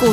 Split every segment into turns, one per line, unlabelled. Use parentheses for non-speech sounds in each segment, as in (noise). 股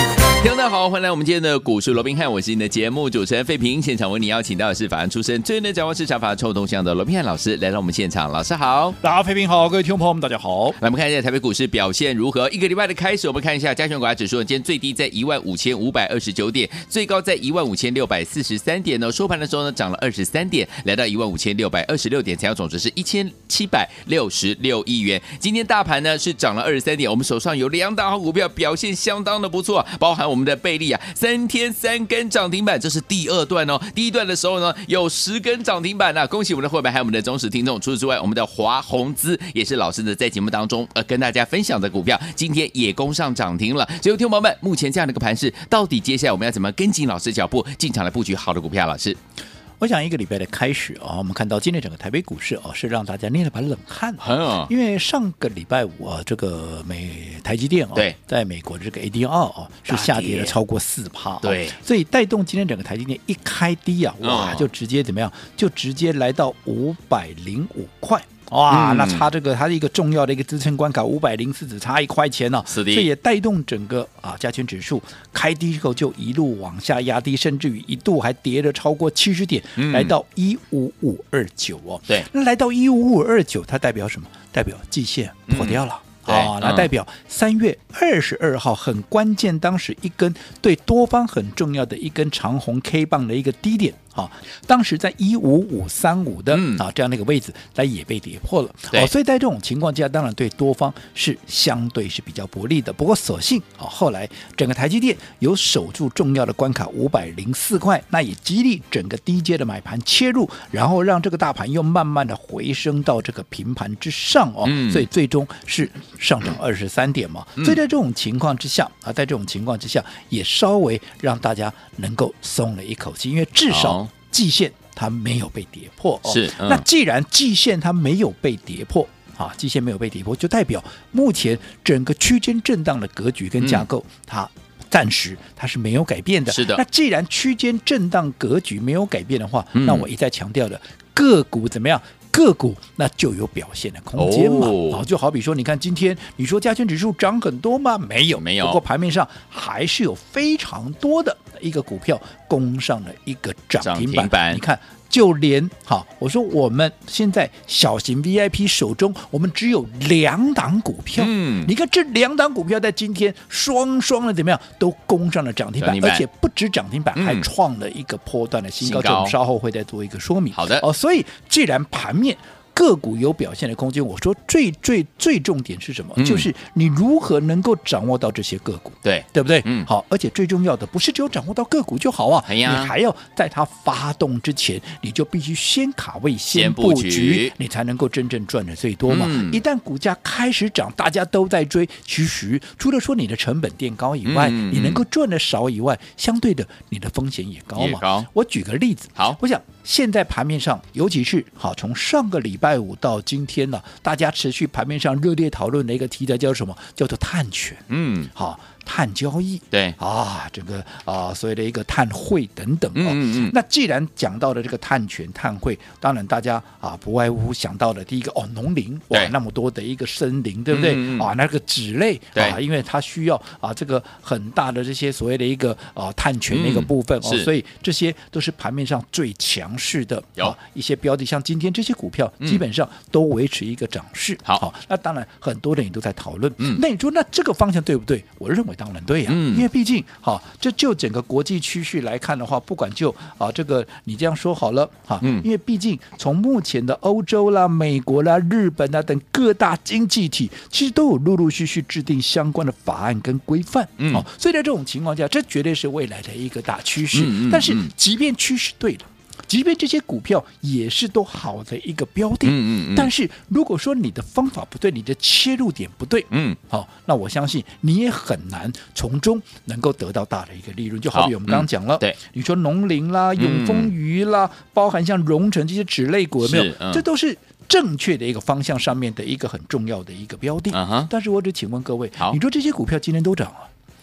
听众大家好，欢迎来我们今天的股市罗宾汉，我是你的节目主持人费平。现场为你邀请到的是法案出身、最能掌握市场法臭动向的罗宾汉老师来到我们现场，老师好。
大家飞平好，各位听众朋友们，大家好。
来，我们看一下台北股市表现如何？一个礼拜的开始，我们看一下加权股价啊指数，今天最低在一万五千五百二十九点，最高在一万五千六百四十三点呢。收盘的时候呢，涨了二十三点，来到一万五千六百二十六点，成交总值是一千七百六十六亿元。今天大盘呢是涨了二十三点，我们手上有两档好股票表现相当的不错，包含我们的贝利啊，三天三根涨停板，这是第二段哦。第一段的时候呢，有十根涨停板啊，恭喜我们的会员还有我们的忠实听众。除此之外，我们的华宏资也是老师呢在节目当中呃跟大家分享的股票，今天也攻上涨停了。所以，听众朋友们，目前这样的一个盘势，到底接下来我们要怎么跟紧老师脚步进场来布局好的股票？老师，
我想一个礼拜的开始啊，我们看到今天整个台北股市啊，是让大家捏了把冷汗
嗯
啊。因为上个礼拜五啊，这个美台积电啊，
对
在美国这个 ADR 啊是下跌了超过四趴、啊，
对
所以带动今天整个台积电一开低啊，哇，
嗯
就直接怎么样，就直接来到五百零五块。哇，
嗯
那差这个它的一个重要的一个支撑关卡五百零四，只差一块钱呢、啊
是的
所以也带动整个啊加权指数开低之后就一路往下压低，甚至于一度还跌了超过七十点，
嗯
来到一五五二九哦。
对
那来到一五五二九，它代表什么？代表季线破掉了。
嗯对
啊，那
嗯
代表三月二十二号很关键，当时一根对多方很重要的一根长红 K 棒的一个低点。啊，当时在一五五三五的、
嗯
啊这样的一个位置，它也被跌破了。
对
哦，所以在这种情况之下，当然对多方是相对是比较不利的。不过所幸啊、后来整个台积电有守住重要的关卡五百零四块，那也激励整个低阶的买盘切入，然后让这个大盘又慢慢的回升到这个平盘之上哦。
嗯
所以最终是上涨二十三点嘛。所以在这种情况之下啊，在这种情况之下，也稍微让大家能够松了一口气，因为至
好
少季线它没有被跌破、哦。
是嗯
那既然季线它没有被跌破。啊，季线没有被跌破，就代表目前整个区间震荡的格局跟架构，它暂时它是没有改变的。
嗯是的
那既然区间震荡格局没有改变的话，
嗯
那我一再强调的个股怎么样？个股那就有表现的空间嘛。
哦
好，就好比说，你看今天你说加权指数涨很多吗？没有，
没有
不过盘面上还是有非常多的一个股票攻上了一个涨停
涨停
板。
板
你看。就连好，我说我们现在小型 VIP 手中，我们只有两档股票，
嗯
你看这两档股票在今天双双的怎么样，都攻上了涨停
涨
板，
停板
而且不止涨停板，
嗯
还创了一个波段的新
新高
高。这我们稍后会再做一个说明。
好的
哦，所以既然盘面。个股有表现的空间，我说最最最重点是什么？
嗯
就是你如何能够掌握到这些个股。
对，
对不对？
嗯
好，而且最重要的不是只有掌握到个股就好啊，
哎呀
你还要在它发动之前，你就必须先卡位、
先
先
布
布
局
局，你才能够真正赚的最多嘛。
嗯
一旦股价开始涨，大家都在追，其实除了说你的成本垫高以外，
嗯嗯
你能够赚的少以外，相对的你的风险也高
也
嘛。
高
我举个例子，
好
我想现在盘面上，尤其是好从上个礼拜五到今天呢、大家持续盘面上热烈讨论的一个题材叫什么？叫做碳权。
嗯，
好、碳交易，
对
啊，整个啊，所谓的一个碳汇等等
嗯
哦。
嗯嗯
那既然讲到了这个碳权、碳汇，当然大家啊不外乎想到的第一个哦，农林哇
对，
那么多的一个森林，对不对？
嗯嗯嗯
啊，那个纸类
对
啊，因为它需要啊这个很大的这些所谓的一个啊碳权的一个
嗯
部分、哦
是，
所以这些都是盘面上最强势的
有嗯
啊一些标的，像今天这些股票基本上都维持一个涨势。啊
好
那当然很多人也都在讨论，
嗯
那你说那这个方向对不对？我认为当然对呀、
嗯
因为毕竟好、这就整个国际趋势来看的话，不管就啊这个你这样说好了哈、
嗯
因为毕竟从目前的欧洲啦、美国啦、日本啊等各大经济体，其实都有陆陆续续制定相关的法案跟规范，
嗯
哦，所以在这种情况下，这绝对是未来的一个大趋势。
嗯嗯
但是
嗯
即便趋势对了。即便这些股票也是都好的一个标的，
嗯嗯嗯
但是如果说你的方法不对，你的切入点不对，
嗯，
好、那我相信你也很难从中能够得到大的一个利润。就好比
好
我们刚刚讲了，
嗯对，嗯
你说农林啦、永丰鱼啦，包含像荣成这些纸类股，有没有
是？嗯
这都是。正确的一个方向上面的一个很重要的一个标的。
啊哈
但是我只请问各位
好，
你说这些股票今天都涨了，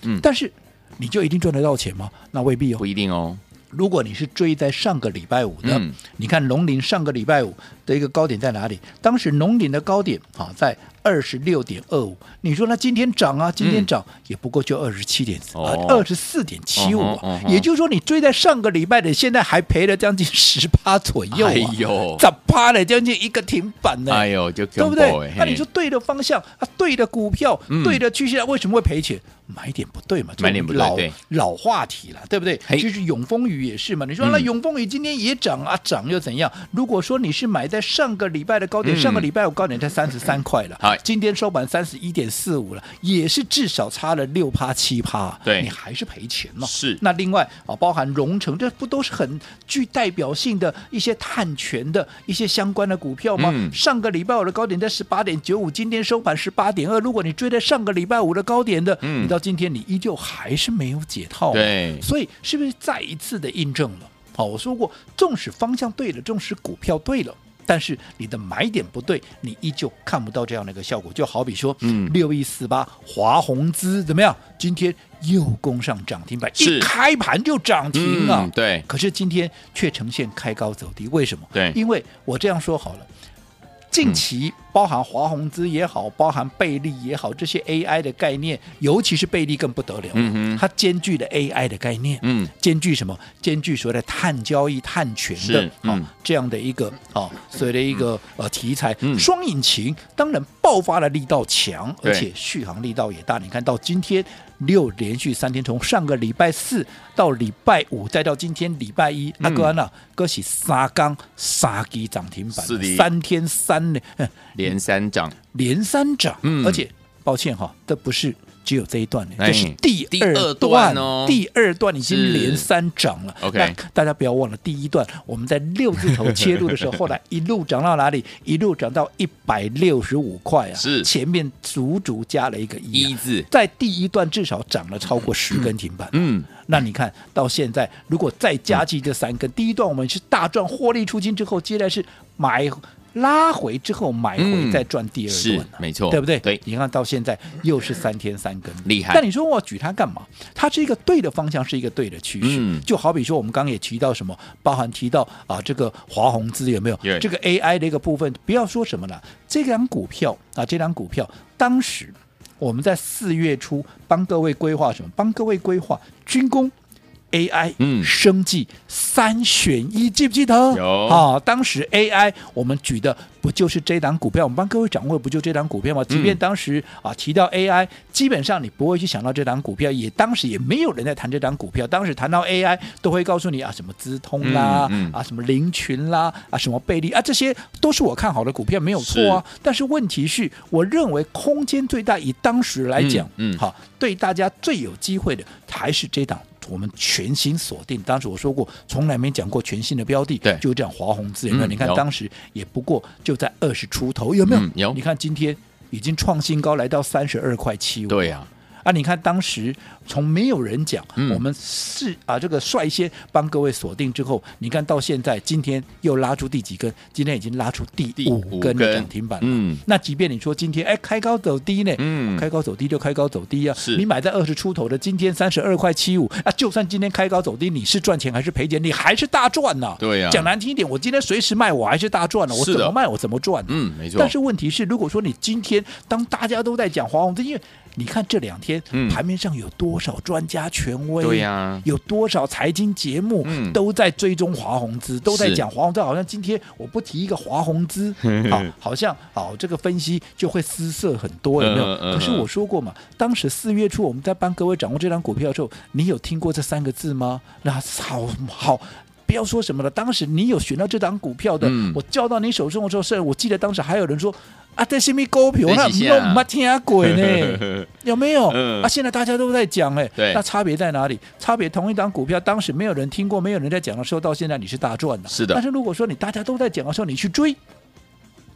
嗯
但是你就一定赚得到钱吗？那未必哦
不。一定哦，
如果你是追在上个礼拜五的，
嗯
你看龙林上个礼拜五的一个高点在哪里？当时龙林的高点啊在二十六点二五，你说那今天涨啊，今天涨、也不过就二十七点啊
嗯哦
二十四点七五
嗯哼嗯
啊，
哼
也就是说你追在上个礼拜的，现在还赔了将近十八左右啊
哎，呦
咋趴了将近一个停板呢？
哎呦，就
对
恐
不
怖
对
哎？
那你说对的方向啊，对的股票，
嗯
对的趋势，啊为什么会赔钱？买点不对嘛，这
买点不对
老
对
老话题了，对不对
嘿？
就是永丰雨也是嘛。你说啊
嗯
那永丰雨今天也涨啊，涨又怎样？如果说你是买在上个礼拜的高点，
嗯
上个礼拜我高点才三十三块了
嗨，
今天收盘三十一点四五了，也是至少差了六趴七趴，
对
你还是赔钱了。
是
那另外啊，包含荣成，这不都是很具代表性的一些碳权的一些相关的股票吗？
嗯
上个礼拜五的高点在十八点九五，今天收盘十八点二。如果你追在上个礼拜五的高点的，
嗯
你到今天你依旧还是没有解套嘛，啊
对
所以是不是再一次的印证了？好，我说过，纵使方向对了，纵使股票对了。但是你的买点不对，你依旧看不到这样的一个效果。就好比说，
嗯
六一四八华宏资怎么样？今天又攻上涨停板，
是
一开盘就涨停啊！
嗯对
可是今天却呈现开高走低，为什么？
对嗯
因为我这样说好了。近期包含华宏资也好，包含贝利也好，这些 AI 的概念，尤其是贝利更不得了，
嗯哼
它兼具了 AI 的概念，
嗯，
兼具什么？兼具所谓的碳交易、碳权的
是
啊、
嗯
这样的一个啊、所谓的一个、呃题材，
嗯
双引擎当然爆发的力道强，
对
而且续航力道也大。你看到今天六连续三天，从上个礼拜四到礼拜五，再到今天礼拜一，
嗯
阿哥安娜，哥是沙钢沙基涨停板
是的，
三天三连呃
连三涨，
连三涨，
嗯
而且抱歉哈、这不是只有这一段呢，
哎
这是第
第
二
二段
段
哦
第二段已经
是
连三涨了。
OK
那大家不要忘了第一段，我们在六字头切入
(laughs)
的时候，后来一路涨到哪里？一路涨到一百六十五块啊！
是
前面足足加了一个一、
一
啊。
字，
在第一段至少涨了超过十根停板，
嗯，
那你看到现在，如果再加计这三根，第一段我们是大赚获利出金之后，接下来是买拉回之后买
嗯
回再赚第二段、
是
啊
没错，
对不对？
对，
你看到现在又是三天三更，
厉害
但你说我举它干嘛？它是一个对的方向，是一个对的趋势。
嗯
就好比说我们刚刚也提到什么，包含提到啊这个华宏资有没有
对？
这个 AI 的一个部分，不要说什么了，这两股票啊，这两股票当时我们在四月初帮各位规划什么？帮各位规划军工。AI、
嗯
生技三选一，记不记得？
有
啊，当时 AI 我们举的不就是这档股票？我们帮各位掌握的不就这档股票吗？
嗯
即便当时啊提到 AI，基本上你不会去想到这档股票，也当时也没有人在谈这档股票。当时谈到 AI，都会告诉你啊什么资通啦，
嗯嗯
啊什么林群啦，啊什么贝利啊，这些都是我看好的股票，没有错啊。但是问题是，我认为空间最大，以当时来讲，
嗯嗯
好，对大家最有机会的还是这档。我们全新锁定，当时我说过，从来没讲过全新的标的，
对
就这样华宏资源。有没有
嗯
你看
有
当时也不过就在二十出头，有没有？
嗯有
你看今天已经创新高，来到三十二块七五。
对呀，
啊，你看当时从没有人讲，
嗯
我们是啊这个率先帮各位锁定之后，你看到现在今天又拉出第几根？今天已经拉出第
第
五根的涨停板了。
嗯
那即便你说今天哎开高走低呢，
嗯
开高走低就开高走低啊，
是
你买在二十出头的，今天三十二块七五啊，就算今天开高走低，你是赚钱还是赔钱？你还是大赚呐、
对呀
讲难听一点，我今天随时卖我还是大赚呢、我
是
怎
的
么卖我怎么赚、呢？
嗯，没错，
但是问题是，如果说你今天当大家都在讲华宏资，因为你看这两天、
嗯
盘面上有多少专家权威，
对呀
有多少财经节目、
嗯
都在追踪华宏资，都在
是
讲华宏资，好像今天我不提一个华宏
(laughs)
资，好，好像好这个分析就会失色很多，有没有？
嗯嗯嗯
可是我说过嘛，当时四月初我们在帮各位掌握这张股票的时候，你有听过这三个字吗？那好好。不要说什么了，当时你有选到这档股票的，
嗯
我交到你手中的时候，甚至我记得当时还有人说啊，这是咪股票，那
这是啥啊
那没听
(laughs)
过呢，有没有？
嗯
啊，现在大家都在讲哎、
对
那差别在哪里？差别同一档股票，当时没有人听过，没有人在讲的时候，到现在你是大赚的。
是的
但是如果说你大家都在讲的时候，你去追，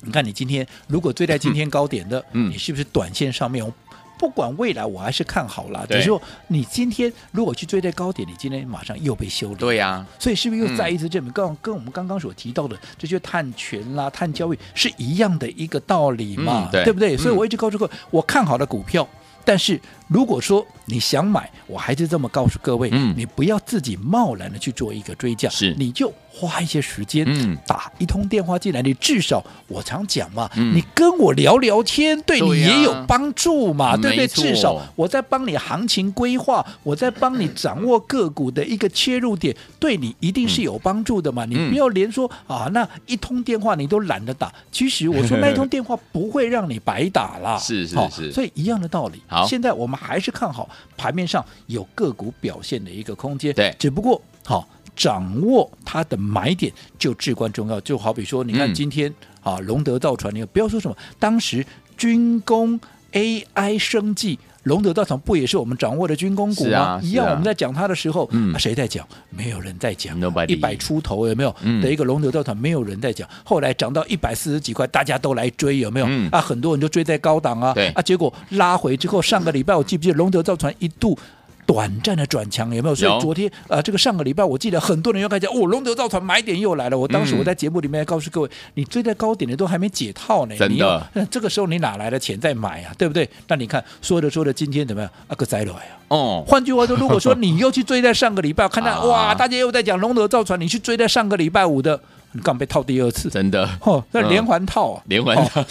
你看你今天如果追在今天高点的，
嗯
你是不是短线上面我不管未来我还是看好啦，只
对
是说你今天如果去追在高点，你今天马上又被修理。
对啊呀
所以是不
嗯
是又再一次证明，跟、跟我们刚刚所提到的这些碳权啦、碳交易是一样的一个道理嘛？
嗯对
不对？所以
嗯
我一直告诉各位，我看好的股票。但是如果说你想买，我还是这么告诉各位，
嗯
你不要自己贸然的去做一个追价，
是
你就花一些时间，
嗯
打一通电话进来，你至少我常讲嘛，
嗯
你跟我聊聊天，对你
对呀嗯
也有帮助嘛，对
没
不对？
错
至少我在帮你行情规划，我在帮你掌握个股的一个切入点，对你一定是有帮助的
嗯
嘛。你不要连说啊，那一通电话你都懒得打。其实我说那一通电话不会让你白打啦，
(laughs) 是是
好
是
所以一样的道理。
好
现在我们还是看好盘面上有个股表现的一个空间，
对
只不过好。掌握它的买点就至关重要，就好比说，你看
嗯
今天、啊，龙德造船，你不要说什么，当时军工 AI 生计，龙德造船不也是我们掌握的军工股
是
吗？
啊
一
是
样，
啊
我们在讲它的时候，
嗯
啊谁在讲？没有人在讲，
Nobody
一百出头有没有、
嗯
的一个龙德造船，没有人在讲。后来涨到一百四十几块，大家都来追，有没有？
嗯
啊，很多人都追在高档啊，
对
啊，结果拉回之后，上个礼拜我记不记得龙德造船一度。短暂的转强有没有？所以
有
昨天呃，这个上个礼拜我记得很多人又开始讲，哦，龙德造船买点又来了。我当时
嗯
我在节目里面还告诉各位，你追在高点的都还没解套呢，
真的
你要那这个时候你哪来的钱再买啊？对不对？那你看说着说着，今天怎么样？啊，个栽了呀！
哦，
换句话说，如果说你又去追在上个礼拜，看
(laughs)
到、
啊
哇，大家又在讲龙德造船，你去追在上个礼拜五的，你刚被套第二次。
真的，
(laughs) 哦，那
嗯
连环套啊，
连环套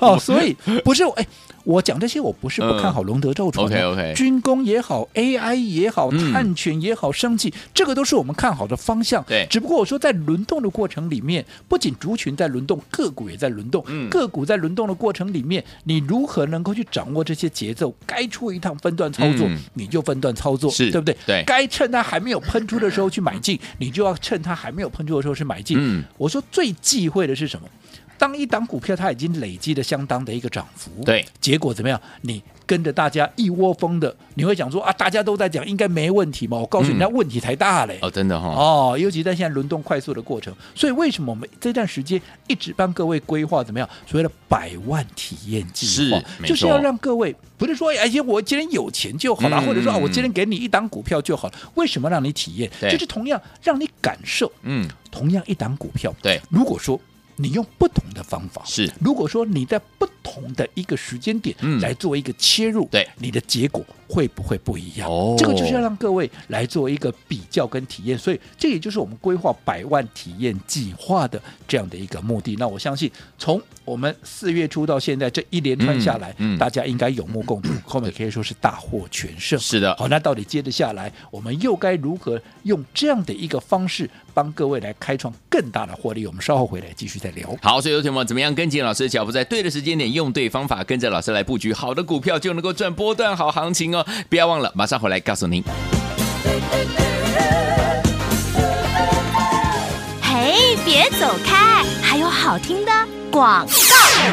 哦哦， (laughs) 所以不是哎，我讲这些我不是不看好龙德造船、
嗯，OK，OK
军工也好，AI 也好，
嗯
碳权也好，生计，这个都是我们看好的方向。
对
只不过我说在轮动的过程里面，不仅族群在轮动，个股也在轮动，
嗯
个股在轮动的过程里面，你如何能够去掌握这些节奏？该出一趟分段操作，
嗯
你就分段操作，
是
对不对？
对
该趁它还没有喷出的时候去买进，你就要趁它还没有喷出的时候去买进。
嗯
我说最忌讳的是什么？当一档股票它已经累积了相当的一个涨幅，
对，
结果怎么样？你跟着大家一窝蜂的，你会讲说啊，大家都在讲，应该没问题嘛？我告诉
嗯
你，那问题才大嘞。
哦，真的哈，
哦，尤其在现在轮动快速的过程，所以为什么我们这段时间一直帮各位规划怎么样所谓的百万体验计划
是，没错
就是要让各位不是说哎呀我今天有钱就好了，
嗯
或者说啊我今天给你一档股票就好了，为什么让你体验？
对
就是同样让你感受，
嗯，
同样一档股票，
对，
如果说你用不同的方法，
是
如果说你在不同的一个时间点
嗯
来做一个切入，
对
你的结果会不会不一样？
哦
这个就是要让各位来做一个比较跟体验，所以这也就是我们规划百万体验计划的这样的一个目的。那我相信，从我们四月初到现在这一连串下来，
嗯嗯
大家应该有目共睹，后面可以说是大获全胜。
是的
好，那到底接着下来，我们又该如何用这样的一个方式帮各位来开创更大的获利？我们稍后回来继续再聊。
好，所以有听们怎么样跟紧老师的脚步，在对的时间点用对方法，跟着老师来布局好的股票，就能够赚波段好行情哦！不要忘了，马上回来告诉您。
嘿，别走开，还有好听的广。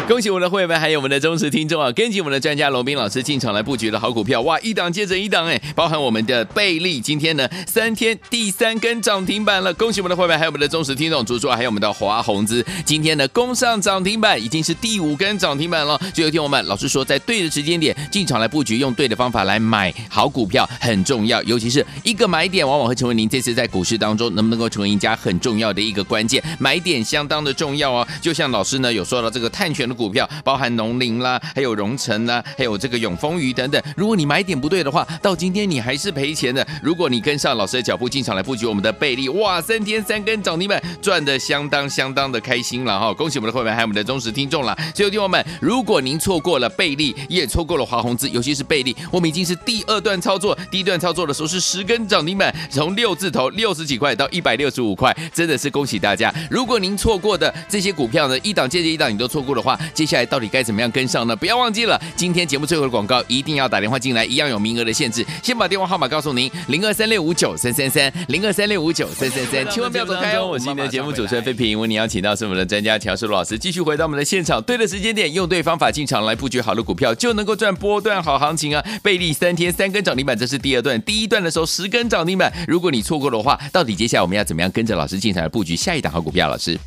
恭喜我们的会员，还有我们的忠实听众啊！跟紧我们的专家龙斌老师进场来布局的好股票，哇，一档接着一档哎，包含我们的贝利，今天呢三天第三根涨停板了，恭喜我们的会员，还有我们的忠实听众竹竹，还有我们的华宏资，今天呢攻上涨停板，已经是第五根涨停板了。所以有听我们老师说，在对的时间点进场来布局，用对的方法来买好股票很重要，尤其是一个买点往往会成为您这次在股市当中能不能够成为赢家很重要的一个关键，买点相当的重要哦。就像老师呢有说到这个碳权的股票，包含农林啦，还有荣成啦，还有这个永丰鱼等等。如果你买点不对的话，到今天你还是赔钱的。如果你跟上老师的脚步进场来布局我们的贝利，哇，三天三根涨停板，赚的相当相当的开心了哈、恭喜我们的会员还有我们的忠实听众啦。所以，听友们，如果您错过了贝利，也错过了华宏资，尤其是贝利，我们已经是第二段操作，第一段操作的时候是十根涨停板，从六字头六十几块到一百六十五块，真的是恭喜大家。如果您错过的这些股票呢，一档接着一档你都错过的话，接下来到底该怎么样跟上呢？不要忘记了，今天节目最后的广告一定要打电话进来，一样有名额的限制。先把电话号码告诉您：零二三六五九三三三，零二三六五九三三三，千万不要走开哦！我是您的节目主持人费平，为您邀请到是我们的专家乔世罗老师，继续回到我们的现场。对的时间点，用对方法进场来布局好的股票，就能够赚波段好行情啊！贝利三天三根涨停板，这是第二段，第一段的时候十根涨停板，如果你错过的话，到底接下来我们要怎么样跟着老师进场来布局下一档好股票？老师，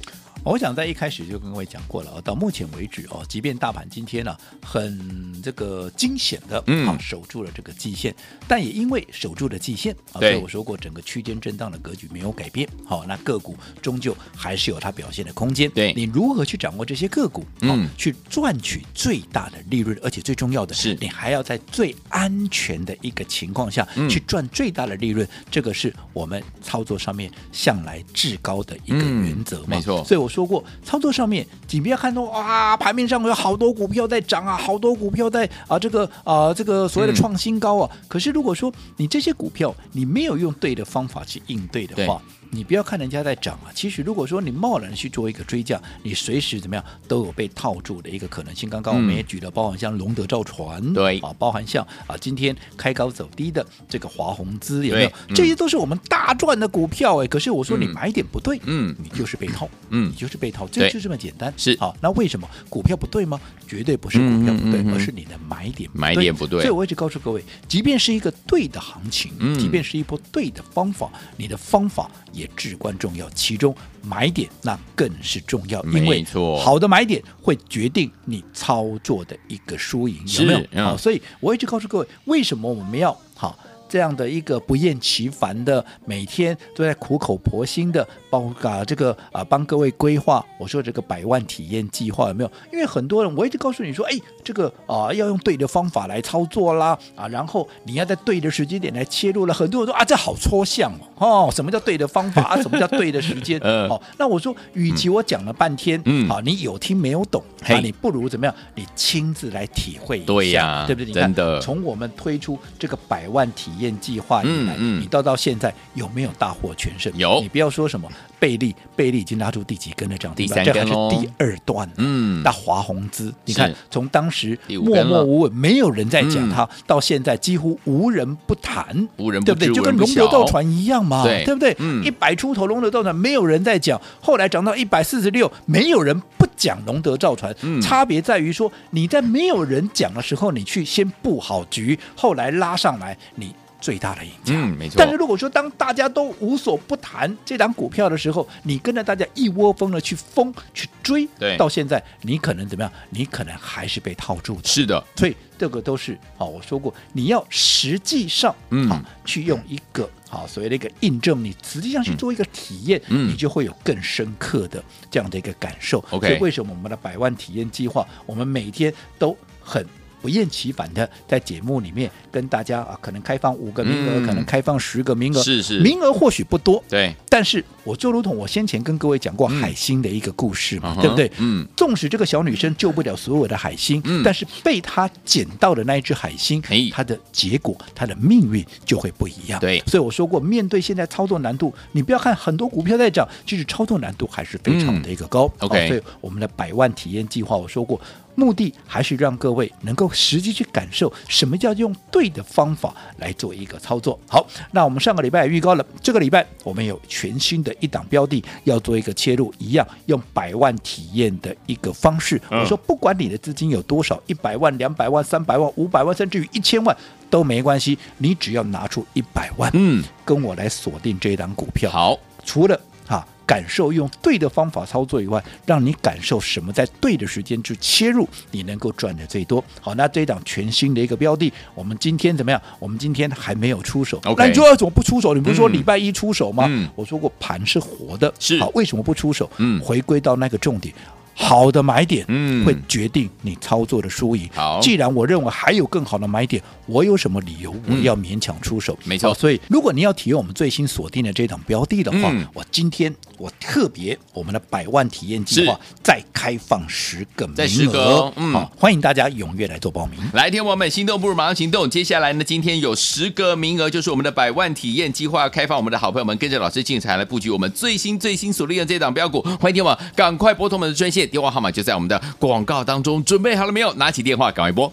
我想在一开始就跟各位讲过了，到目前为止哦，即便大盘今天呢、很这个惊险的
嗯
啊守住了这个季线，但也因为守住了季线啊，所
对
以我说过整个区间震荡的格局没有改变。好、那个股终究还是有它表现的空间。
对
你如何去掌握这些个股，啊
嗯
去赚取最大的利润，而且最重要的
是
你还要在最安全的一个情况下、
嗯
去赚最大的利润，这个是我们操作上面向来至高的一个
嗯
原则嘛。
没错
所以我说过，操作上面你不要看到啊，盘面上有好多股票在涨啊，好多股票在啊这个啊这个所谓的
嗯
创新高啊。可是如果说你这些股票你没有用对的方法去应对的话，你不要看人家在涨啊，其实如果说你贸然去做一个追价，你随时怎么样都有被套住的一个可能性。刚刚我们
嗯
也举了，包含像龙德造船，
对
啊，包含像啊今天开高走低的这个华宏资有没有
对？嗯
这些都是我们大赚的股票哎、可是我说你
嗯
买点不对，
嗯
你就是被套，
嗯
你就是被套，
对
这就这么简单。
是
好，那为什么股票不对吗？绝对不是股票不对，
嗯嗯嗯嗯
而是你的买点不对
买点不对
所以我一直告诉各位，即便是一个对的行情，
嗯
即便是一波对的方法，你的方法也至关重要，其中买点那更是重要，因为
没错
好的买点会决定你操作的一个输赢，有没有
是？嗯
好，啊所以我一直告诉各位，为什么我们要好这样的一个不厌其烦的，每天都在苦口婆心的帮啊这个啊帮各位规划。我说这个百万体验计划有没有？因为很多人我一直告诉你说，哎，这个啊要用对的方法来操作啦啊，然后你要在对的时间点来切入了。很多人说啊，这好抽象哦，哦，什么叫对的方法啊？什么叫对的时间？
呃
哦，那我说，与其我讲了半天，
嗯
好，你有听没有懂？
嘿
啊，你不如怎么样？你亲自来体会一下，
对呀
对不对？你
真
看
的
从我们推出这个百万体验计划以来，
嗯嗯
你到到现在有没有大获全胜？
有
你不要说什么贝利，贝利已经拉出第几根了？这样
第三根
这还
咯
是第二段。
嗯
那华宏资，你
是
看从当时
第五
默
根了
默无闻，没有人在讲
嗯
它，到现在几乎无人不谈，
无人不
对不对？
知
就
无
跟
人不
龙德
晓
造船一样嘛，
对
不对？
嗯
一百出头龙德造船没有人在讲，后来涨到一百四十六，没有人不讲龙德造船。
嗯
差别在于说你在没有人讲的时候，你去先布好局，后来拉上来，你最大的赢家。
嗯，没错，
但是如果说当大家都无所不谈这档股票的时候，你跟着大家一窝蜂的去疯去追，
对
到现在你可能怎么样？你可能还是被套住的。
是的，
所以这个都是好，我说过，你要实际上
嗯
好去用一个好所谓的一个印证，你实际上去做一个体验，
嗯
你就会有更深刻的这样的一个感受。
OK
所以为什么我们的百万体验计划，我们每天都很。不厌其烦的在节目里面跟大家啊，可能开放五个名额，
嗯
可能开放十个名额，
是是
名额或许不多，
对，
但是我就如同我先前跟各位讲过
嗯
海星的一个故事嘛，
嗯哼
对不对？
嗯，
纵使这个小女生救不了所有的海星，
嗯
但是被她捡到的那一只海星
哎，
它的结果，它的命运就会不一样。
对
所以我说过，面对现在操作难度，你不要看很多股票在涨，其实操作难度还是非常的一个高。哦
嗯 OK
所以我们的百万体验计划，我说过。目的还是让各位能够实际去感受什么叫用对的方法来做一个操作。好，那我们上个礼拜也预告了，这个礼拜我们有全新的一档标的要做一个切入，一样用百万体验的一个方式。
嗯
我说，不管你的资金有多少，一百万、两百万、三百万、五百万，甚至于一千万都没关系，你只要拿出一百万，
嗯，
跟我来锁定这一档股票。
好，
除了啊感受用对的方法操作以外，让你感受什么在对的时间去切入，你能够赚的最多。好，那这一档全新的一个标的，我们今天怎么样？我们今天还没有出手。
OK
那你说怎么不出手？你不是说
嗯
礼拜一出手吗？
嗯
我说过盘是活的，
是
好，为什么不出手？
嗯
回归到那个重点。好的买点，
嗯
会决定你操作的输赢。
好
既然我认为还有更好的买点，我有什么理由我
嗯
要勉强出手？
没错
好所以如果你要体验我们最新锁定的这档标的的话，
嗯
我今天我特别我们的百万体验计划再开放十个名额，
再10个哦嗯
好，欢迎大家踊跃来做报名。
来，天王们，心动不如马上行动。接下来呢，今天有十个名额，就是我们的百万体验计划开放，我们的好朋友们跟着老师进场来布局我们最新最新所利用这档标股。欢迎天王，赶快拨通我们的专线，电话号码就在我们的广告当中。准备好了没有？拿起电话，赶快拨。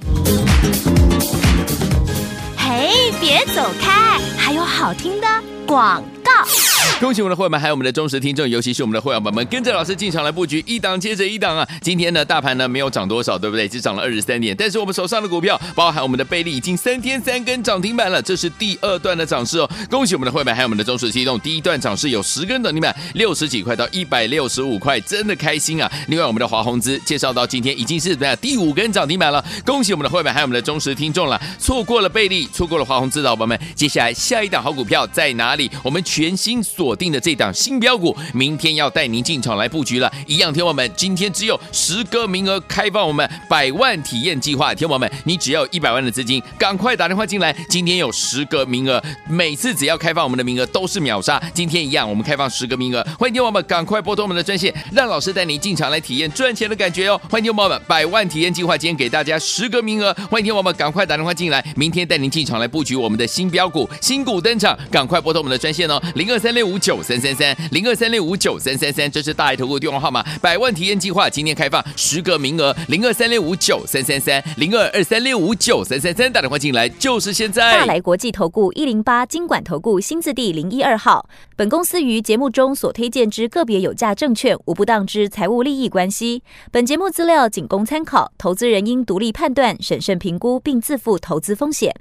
嘿，别走开，还有好听的广告。
恭喜我们的会员们，还有我们的忠实听众，尤其是我们的会员宝宝们，跟着老师进场来布局，一档接着一档啊！今天呢，大盘呢没有涨多少，对不对？只涨了二十三点，但是我们手上的股票，包含我们的贝利，已经三天三根涨停板了，这是第二段的涨势哦。恭喜我们的会员们，还有我们的忠实听众，第一段涨势有十根涨停板，六十几块到一百六十五块，真的开心啊！另外，我们的华宏资介绍到今天已经是怎么样第五根涨停板了，恭喜我们的会员们，还有我们的忠实听众了。错过了贝利，错过了华宏资的宝宝们，接下来下一档好股票在哪里？我们全新锁定的这档新标股，明天要带您进场来布局了。一样，天王们，今天只有十个名额开放我们百万体验计划。天王们，你只要一百万的资金，赶快打电话进来，今天有十个名额，每次只要开放我们的名额都是秒杀。今天一样，我们开放十个名额，欢迎天王们赶快拨通我们的专线，让老师带您进场来体验赚钱的感觉哦。欢迎天王们，百万体验计划今天给大家十个名额，欢迎天王们赶快打电话进来，明天带您进场来布局我们的新标股、新股登场，赶快拨通我们的专线哦，零二三六五九三三三，零二三六五九三三三，这是大爱投顾的电话号码。百万体验计划今天开放十个名额，零二三六五九三三三，零二二三六五九三三三，打电话进来就是现在
大。来国际投顾一零八金管投顾新字第零一二号。本公司于节目中所推荐之个别有价证券，无不当之财务利益关系。本节目资料仅供参考，投资人应独立判断、审慎评估，并自负投资风险。